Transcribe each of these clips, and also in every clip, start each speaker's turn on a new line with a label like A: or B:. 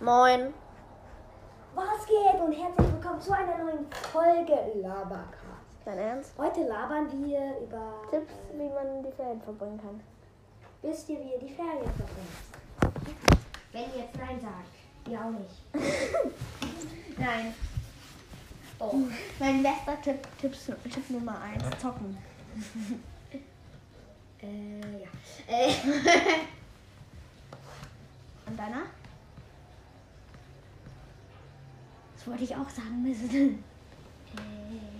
A: Moin.
B: Was geht und herzlich willkommen zu einer neuen Folge Labercast.
A: Dein Ernst?
B: Heute labern wir über.
A: Tipps, wie man die Ferien verbringen kann.
B: Wisst ihr, wie ihr die Ferien verbringt? Wenn ihr jetzt Nein sagt, ihr auch nicht.
A: Nein. Oh. Mein bester Tipp, Tipps, Tipp Nummer 1, zocken.
B: Äh, ja. Äh,
A: Und deiner?
B: das wollte ich auch sagen müssen.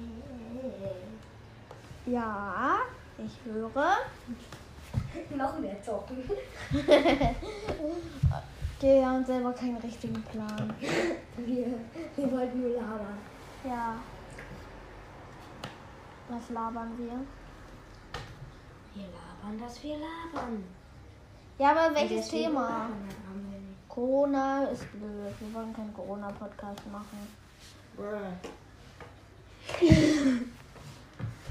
A: Ja, ich höre.
B: Noch mehr zocken.
A: Die haben selber keinen richtigen Plan.
B: Wir, wir wollten nur labern.
A: Ja. Was labern wir?
B: Wir labern, dass wir labern.
A: Ja, aber welches
B: Welches
A: Thema?
B: Haben
A: Corona ist blöd. Wir wollen keinen Corona-Podcast machen.
B: wir nicht.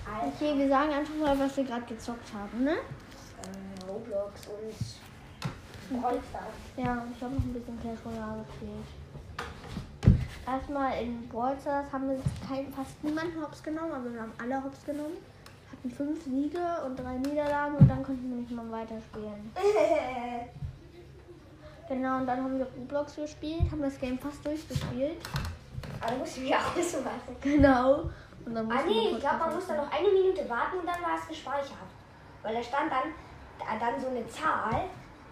B: Alter,
A: Okay, wir sagen einfach mal, was wir gerade gezockt haben, ne?
B: äh, Roblox und Brawl Stars.
A: Ja, ich habe noch ein bisschen Clash Royale gespielt. Erstmal in Brawl Stars haben wir kein, fast niemanden hops genommen, also wir haben alle hops genommen. Hatten fünf Siege und drei Niederlagen und dann konnten wir nicht mal weiterspielen. Genau, und dann haben wir Roblox gespielt, haben das Game fast durchgespielt.
B: Aber mussten wir auch so machen.
A: Genau. Und dann
B: Ah
A: mussten wir
B: nee, ich
A: kurz
B: glaube, man
A: was
B: muss dann noch eine Minute warten und dann war es gespeichert. Weil da stand dann, da, dann so eine Zahl.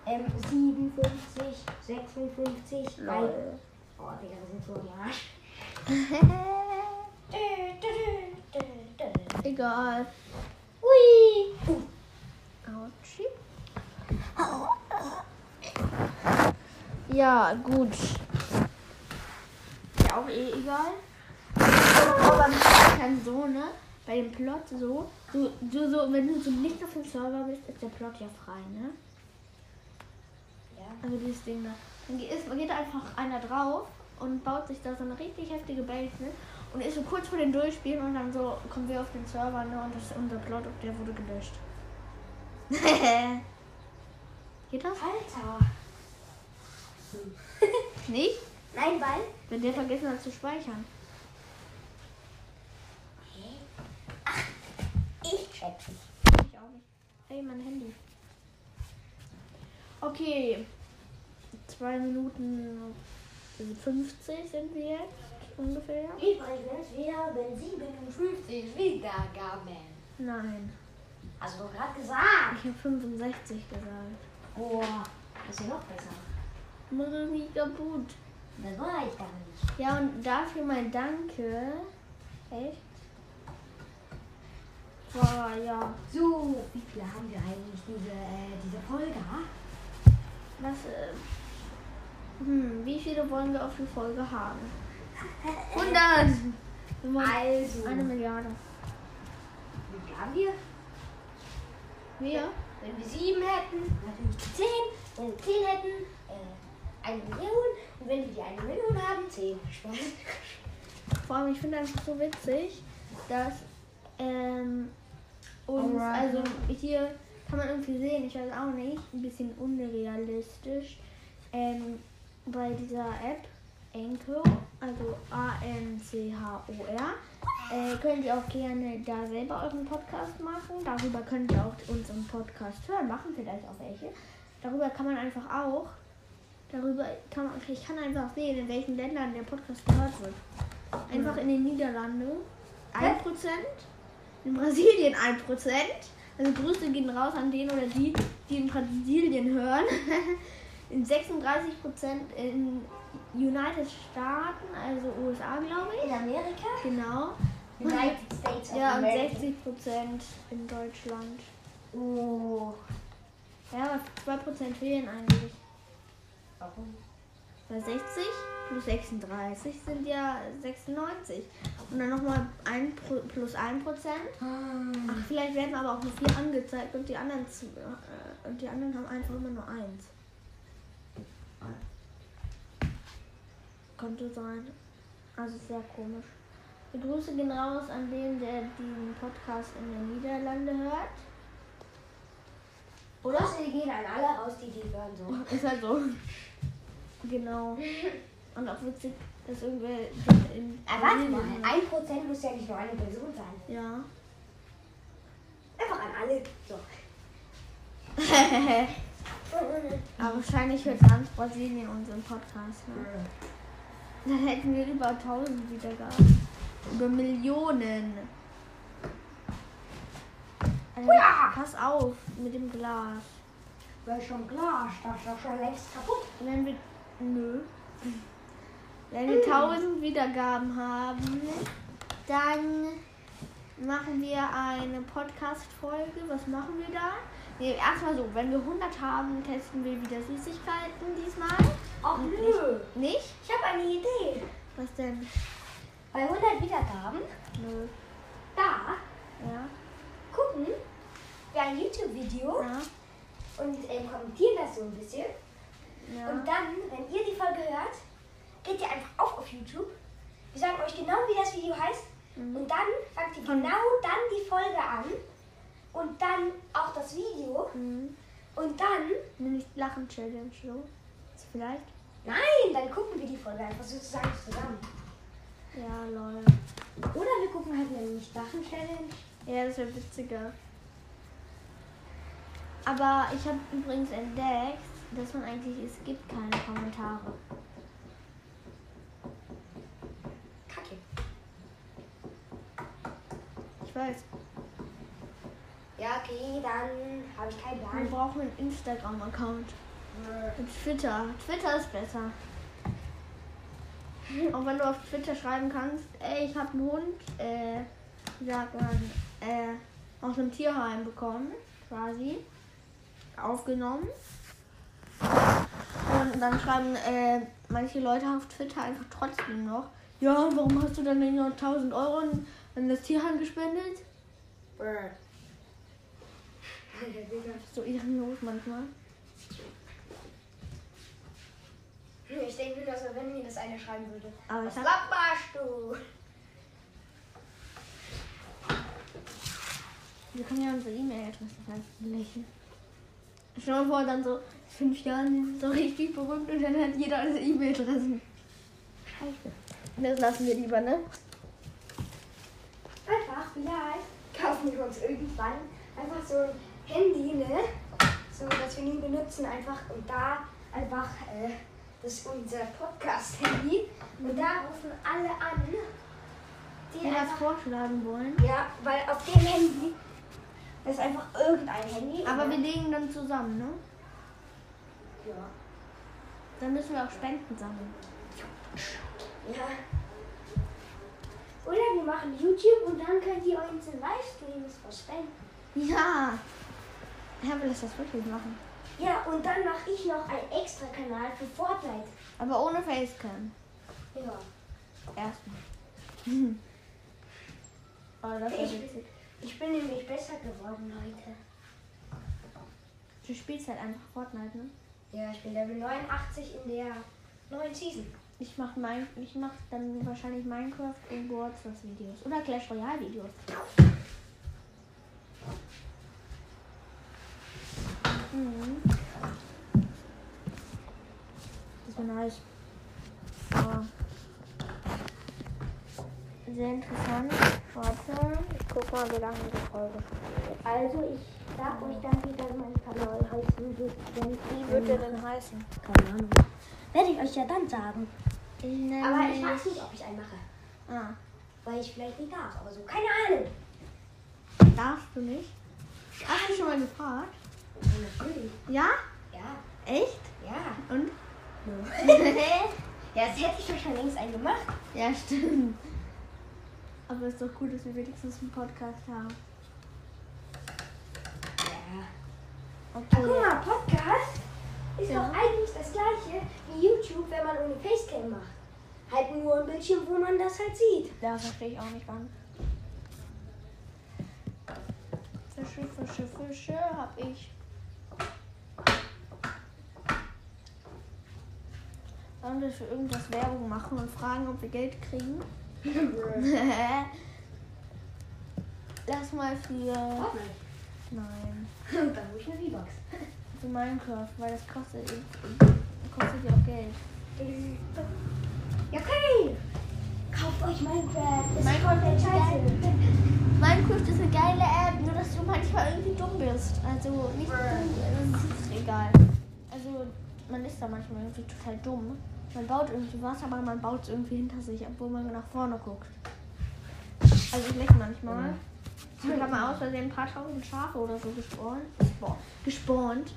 B: Ähm, 57, 56,
A: machen.
B: weil.
A: Lol.
B: Oh, Digga, wir sind so im Arsch. Dö, dö, dö, dö, dö.
A: Egal.
B: Ui! Uh,
A: Autschi. Ja, gut. Ist auch eh egal. Aber dann so, ne? Bei dem Plot so, so, so, so, wenn du so nicht auf dem Server bist, ist der Plot ja frei, ne?
B: ja.
A: Also dieses Ding da. Dann ge- ist, geht einfach einer drauf und baut sich da so eine richtig heftige Base ne? und ist so kurz vor den Durchspielen und dann so kommen wir auf den Server ne? und das ist unser Plot und der wurde gelöscht. geht das?
B: Alter!
A: Nicht?
B: Nein, weil.
A: Wenn der vergessen hat zu speichern.
B: Ich check's.
A: Ich auch nicht. Ey, mein Handy. Okay. Zwei Minuten 50 sind wir jetzt ungefähr.
B: Übrigens, wir haben 57 Wiedergaben.
A: Nein.
B: Hast du doch gerade gesagt.
A: Ich habe 65 gesagt.
B: Boah, das ist ja noch besser.
A: Mache mich kaputt.
B: Das war ich gar nicht.
A: Ja, und dafür mein Danke. Echt? Boah, ja.
B: So, wie viele haben wir eigentlich diese, äh, diese Folge? ha?
A: Was, äh, hm, wie viele wollen wir auf die Folge haben? 100! Wir wollen
B: Also,
A: eine Milliarde.
B: wie viel haben wir?
A: Wir?
B: Wenn wir sieben hätten, natürlich die zehn. Wenn wir zehn hätten, äh, eine Million. Und wenn wir die eine Million haben, zehn. Spaß.
A: Vor allem, ich finde einfach so witzig, dass ähm, uns,
B: Alright.
A: also hier kann man irgendwie sehen, ich weiß auch nicht, ein bisschen unrealistisch, ähm, bei dieser App Anchor, also A-N-C-H-O-R, äh, könnt ihr auch gerne da selber euren Podcast machen. Darüber könnt ihr auch unseren Podcast hören, machen vielleicht auch welche. Darüber kann man einfach auch, darüber kann man, ich kann einfach sehen, in welchen Ländern der Podcast gehört wird. Einfach in den Niederlanden 1%, in Brasilien 1%. Also Grüße gehen raus an den oder die, die in Brasilien hören. in 36% in United Staaten, also USA glaube
B: In Amerika?
A: ich. Genau.
B: United States of
A: Ja, und
B: America.
A: 60% in Deutschland.
B: Oh,
A: Ja, aber 2% fehlen eigentlich.
B: warum?
A: Weil 60 plus 36 sind ja 96. Und dann nochmal ein Pro- plus 1 Prozent.
B: Mhm.
A: Ach, vielleicht werden aber auch nur vier angezeigt und die anderen, zu, äh, und die anderen haben einfach immer nur eins. Könnte sein. Also sehr komisch. Die Grüße gehen raus an den, der diesen Podcast in den Niederlanden hört.
B: Oder sie gehen an alle raus, die die hören so.
A: Ist halt so. Genau. Und auch witzig, dass irgendwer in.
B: Aber Ah, warte mal, ein Prozent muss ja nicht nur eine Person sein.
A: Ja.
B: Einfach an alle. So.
A: Aber wahrscheinlich hört ganz Brasilien unseren Podcast. Ne? Dann hätten wir über 1000 Wiedergaben. Über Millionen. Also,
B: Ja.
A: Pass auf mit dem Glas.
B: Weil schon klar, das ist doch schon längst kaputt.
A: Wenn wir. Nö. Wenn wir 1000 Wiedergaben haben, dann machen wir eine Podcast-Folge. Was machen wir da? Nee, erstmal so, wenn wir 100 haben, testen wir wieder Süßigkeiten diesmal.
B: Ach nö.
A: Nicht?
B: Mhm. Ich habe eine Idee.
A: Was denn?
B: Bei 100 Wiedergaben,
A: Nö.
B: da
A: Ja.
B: gucken wir ein YouTube-Video
A: Ja.
B: und ähm, kommentieren das so ein bisschen. Und
A: Ja.
B: dann, wenn ihr die Folge hört, geht ihr einfach auf auf YouTube. Wir sagen euch genau, wie das Video heißt. Mhm. Und dann fangt ihr genau dann die Folge an. Und dann auch das Video.
A: Mhm.
B: Und dann,
A: Nämlich Lachen-Challenge, so. Vielleicht?
B: nein, dann gucken wir die Folge einfach sozusagen zusammen.
A: Ja, lol.
B: Oder wir gucken halt eine Nicht-Lachen-Challenge.
A: Ja, das wäre witziger. Aber ich habe übrigens entdeckt, dass man eigentlich, es gibt keine Kommentare.
B: Kacke.
A: Ich weiß,
B: Ja, okay, dann habe ich keinen
A: wir
B: Plan.
A: brauchen einen Instagram-Account. Und Twitter. Twitter ist besser. Auch wenn du auf Twitter schreiben kannst, ey, ich habe einen Hund, äh, wie sagt man, äh, aus einem Tierheim bekommen, quasi. Aufgenommen. Und dann schreiben äh, manche Leute auf Twitter einfach trotzdem noch, ja, warum hast du dann nicht noch 1000 Euro an- an das Tierheim gespendet?
B: Brr.
A: So ehrenlos manchmal.
B: Ich denke nur, dass wenn mir das einer schreiben würde.
A: Aber ich
B: Was
A: sag
B: laberst du?
A: Wir können ja unsere E-Mail-Adresse veröffentlichen. Stell dir mal vor, dann so in fünf Jahren sind wir so richtig berühmt und dann hat jeder alle E-Mail-Adressen. Scheiße. Das lassen wir lieber, ne?
B: Einfach, vielleicht kaufen wir uns irgendwann einfach so ein Handy, ne? So, das wir nie benutzen, einfach und da einfach, äh, das ist unser Podcast-Handy. Und da rufen alle an, ne? die
A: Die das
B: einfach.
A: vorschlagen wollen.
B: Ja, weil auf dem Handy ist einfach irgendein Handy.
A: Aber wir
B: ne?
A: legen dann zusammen, ne?
B: Ja.
A: Dann müssen wir auch Spenden sammeln.
B: Ja. Oder wir machen YouTube und dann könnt ihr uns in Livestreams verspenden.
A: Ja! Ja, wir lassen das wirklich machen.
B: Ja, und dann mache ich noch einen extra Kanal für Fortnite.
A: Aber ohne Facecam.
B: Ja.
A: Erstmal. Hm. Oh, das ist
B: Ich,
A: witzig.
B: ich bin nämlich besser geworden, Leute.
A: Du spielst halt einfach Fortnite, ne?
B: Ja, ich bin Level 89 in der neuen Season.
A: Ich mach, mein, ich mach dann wahrscheinlich Minecraft und World of Warcraft Videos. Oder Clash Royale Videos. Mhm. Das war nice. Aber sehr interessant. Warte, ich guck mal, wie lange die Folge ist.
B: Also ich darf euch dann wieder meinen Kanal heißen.
A: Wie
B: Wie
A: wird der denn halt- heißen?
B: Keine Ahnung. Werde ich euch ja dann sagen. Ähm, Aber ich weiß nicht, ob ich einen mache.
A: Ah,
B: Weil ich vielleicht nicht darf. Aber so, keine Ahnung.
A: darfst du nicht? Hast du schon mal gefragt?
B: Natürlich.
A: Ja?
B: Ja,
A: Echt?
B: ja.
A: Und?
B: Ja, das hätte ich doch schon längst einen gemacht.
A: ja, stimmt. Aber ist doch cool, dass wir wenigstens einen Podcast haben.
B: Ja. Ah, guck
A: Okay.
B: mal, Podcast ist
A: Ja.
B: doch eigentlich das gleiche wie YouTube, wenn man ohne Facecam macht. Halt nur ein Bildschirm, wo man das halt sieht.
A: Da verstehe ich auch nicht ganz. Fische, Fische, Fische hab ich. Sollen wir für irgendwas Werbung machen und fragen, ob wir Geld kriegen? Lass mal für.
B: Fortnite.
A: Nein.
B: Da hol ich eine V-Box.
A: Für Minecraft, weil das kostet kostet ja auch Geld.
B: Ja, okay. Kauft euch Minecraft. Das ist
A: Minecraft
B: komplett
A: ist
B: scheiße.
A: Minecraft ist eine geile App, nur dass du manchmal irgendwie dumm bist. Also nicht dumm, das ist egal. Also man ist da manchmal irgendwie total dumm. Man baut irgendwie was, aber man baut es irgendwie hinter sich, obwohl man nach vorne guckt. Also ich leck manchmal. Ich habe mal aus Versehen ein paar tausend Schafe oder so gespawnt. Gespawnt. Gespawnt.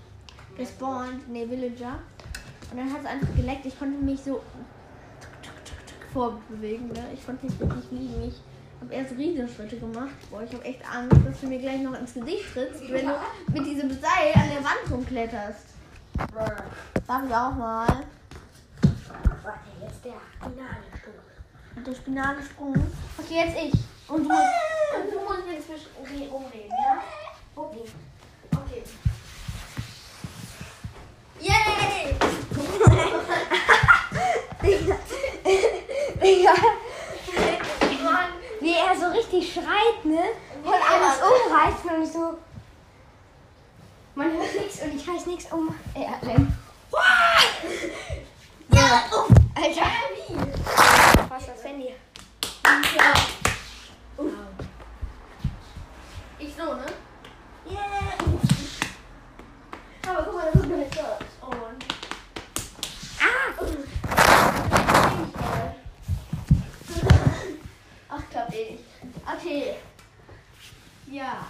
A: Gespawnt. Ne, Villager. Und dann hat es einfach geleckt. Ich konnte mich so tuck, tuck, tuck, tuck vorbewegen. Ne? Ich konnte nicht wirklich liegen. Ich habe erst Riesenschritte gemacht. Boah, ich habe echt Angst, dass du mir gleich noch ins Gesicht trittst, wenn du mit diesem Seil an der Wand rumkletterst. Darf ich auch mal?
B: Warte, jetzt der finale Sturm.
A: Und der spinale Sprung. Okay, jetzt ich. Und du musst,
B: Und du musst mir zwischen okay, rumreden, ja? Okay. Okay. Yay! Digga. Digga. Mann. Wie er so richtig schreit, ne? Und alles umreißt und ich so. Man hört nichts und ich reiß nichts um. Ja, Ja, oh, Alter. Was das Handy?
A: Ich so, ne?
B: Aber guck mal, das ist mir so.
A: Und. Ah. Ach, klappt eh nicht. Okay. Ja.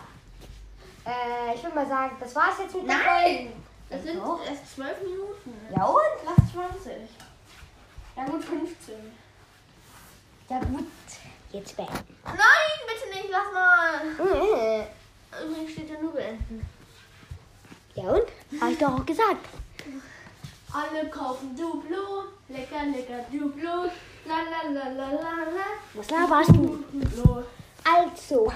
B: Äh, ich würde mal sagen, das war's jetzt mit der Folge.
A: Nein! Das sind
B: Doch.
A: erst zwölf Minuten.
B: Ja und?
A: Lass 20. Ja, gut, 15.
B: Ja gut. Jetzt beenden.
A: Nein, bitte nicht, lass mal.
B: Äh,
A: Übrigens steht ja nur beenden.
B: Ja und? Habe ich doch auch gesagt.
A: Alle kaufen Duplo. Lecker, lecker Duplo. La la la la la la.
B: Was laberst du?
A: Duplo.
B: Also,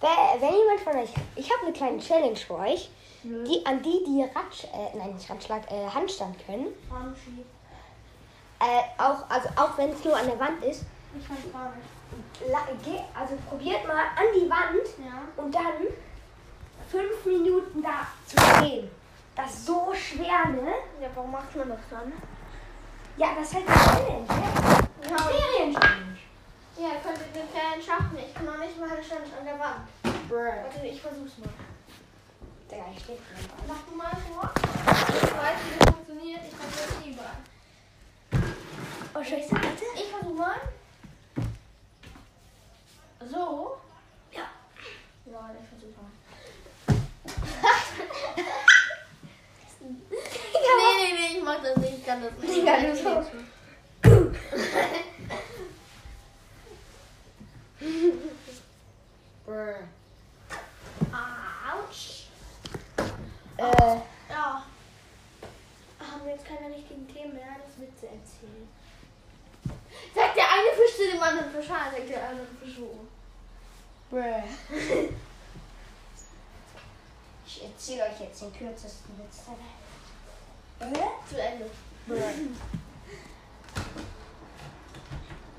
B: wer- wenn jemand von euch, ich habe eine kleine Challenge für euch, die, an die die Ratsch, äh, nein nicht Ratschlag, äh, Handstand können.
A: Franchi.
B: Äh, auch, also auch wenn es nur an der Wand ist,
A: Ich kann gar nicht.
B: la, geh, also probiert mal an die Wand
A: Ja.
B: und dann fünf Minuten da zu stehen. Das ist so schwer, ne?
A: Ja, warum macht man das dann?
B: Ja, das ist halt eine Challenge, ne? Ferien-Challenge.
A: Ja, ihr könnt den Ferien schaffen. Ich kann noch nicht mal einen Stand an der Wand. Warte, ich versuch's mal.
B: Digga, ich steh dran.
A: Mach du mal vor. Ich weiß, wie das funktioniert. Ich kann das nie überall.
B: Oh, scheiße, warte.
A: Ich versuch mal. So.
B: Ja.
A: Ja, ich versuch mal. nee, nee, nee, ich mach das nicht. Ich kann das nicht.
B: Digga, du so.
A: Autsch.
B: Äh,
A: Ja. Haben wir jetzt keine richtigen Themen mehr, das Witze erzählen. Sagt der eine Fisch zu dem anderen Fisch A, sagt der andere Fisch O.
B: bruh. Ich erzähle euch jetzt den kürzesten Witz der Welt.
A: Zu Ende.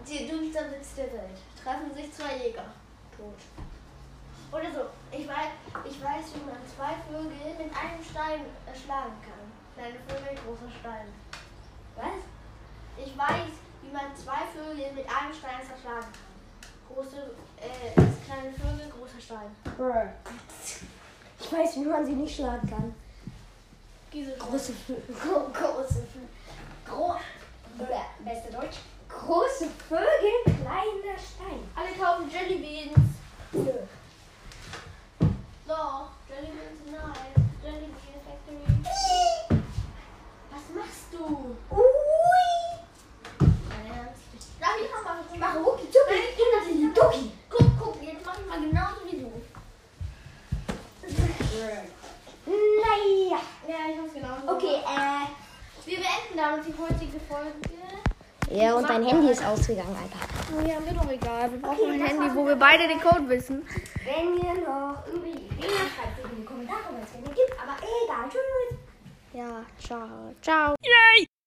A: Die dümmste Witz der Welt. Treffen sich zwei Jäger. Tot. Oder so. Ich weiß, ich weiß, wie man zwei Vögel mit einem Stein erschlagen kann. Kleine Vögel, großer Stein. Was? Ich weiß, wie man zwei Vögel mit einem Stein zerschlagen kann. Große, äh, kleine Vögel, großer Stein.
B: Bruh. Ich weiß, wie man sie nicht schlagen kann.
A: Diese
B: Große Vögel. Große Vögel. Gro Bruh. Beste Deutsch. Große Vögel, kleiner Stein.
A: Alle kaufen Jellybeans.
B: Bruh.
A: So, Jellybeans sind nice. Jellybean Factory. Was machst du?
B: Ui.
A: Mein Ernst? Darf ich noch mal was
B: Mach
A: machen?
B: rucki zucki. Hinter den Ducki.
A: Guck, guck, jetzt mach ich mal genauso wie du.
B: Naja.
A: Ja, ich mach's genauso.
B: Okay, äh.
A: Wir beenden damit die heutige Folge.
B: Ja, und dein Handy ist ausgegangen, Alter.
A: Oh ja, mir doch egal. Wir brauchen
B: Okay, das war's
A: wir beide den Code wissen.
B: Wenn ihr noch irgendwie Ideen habt, schreibt es in die Kommentare, wenn es eine gibt. Aber egal, tschüss.
A: Ja, ciao. Ciao. Ja.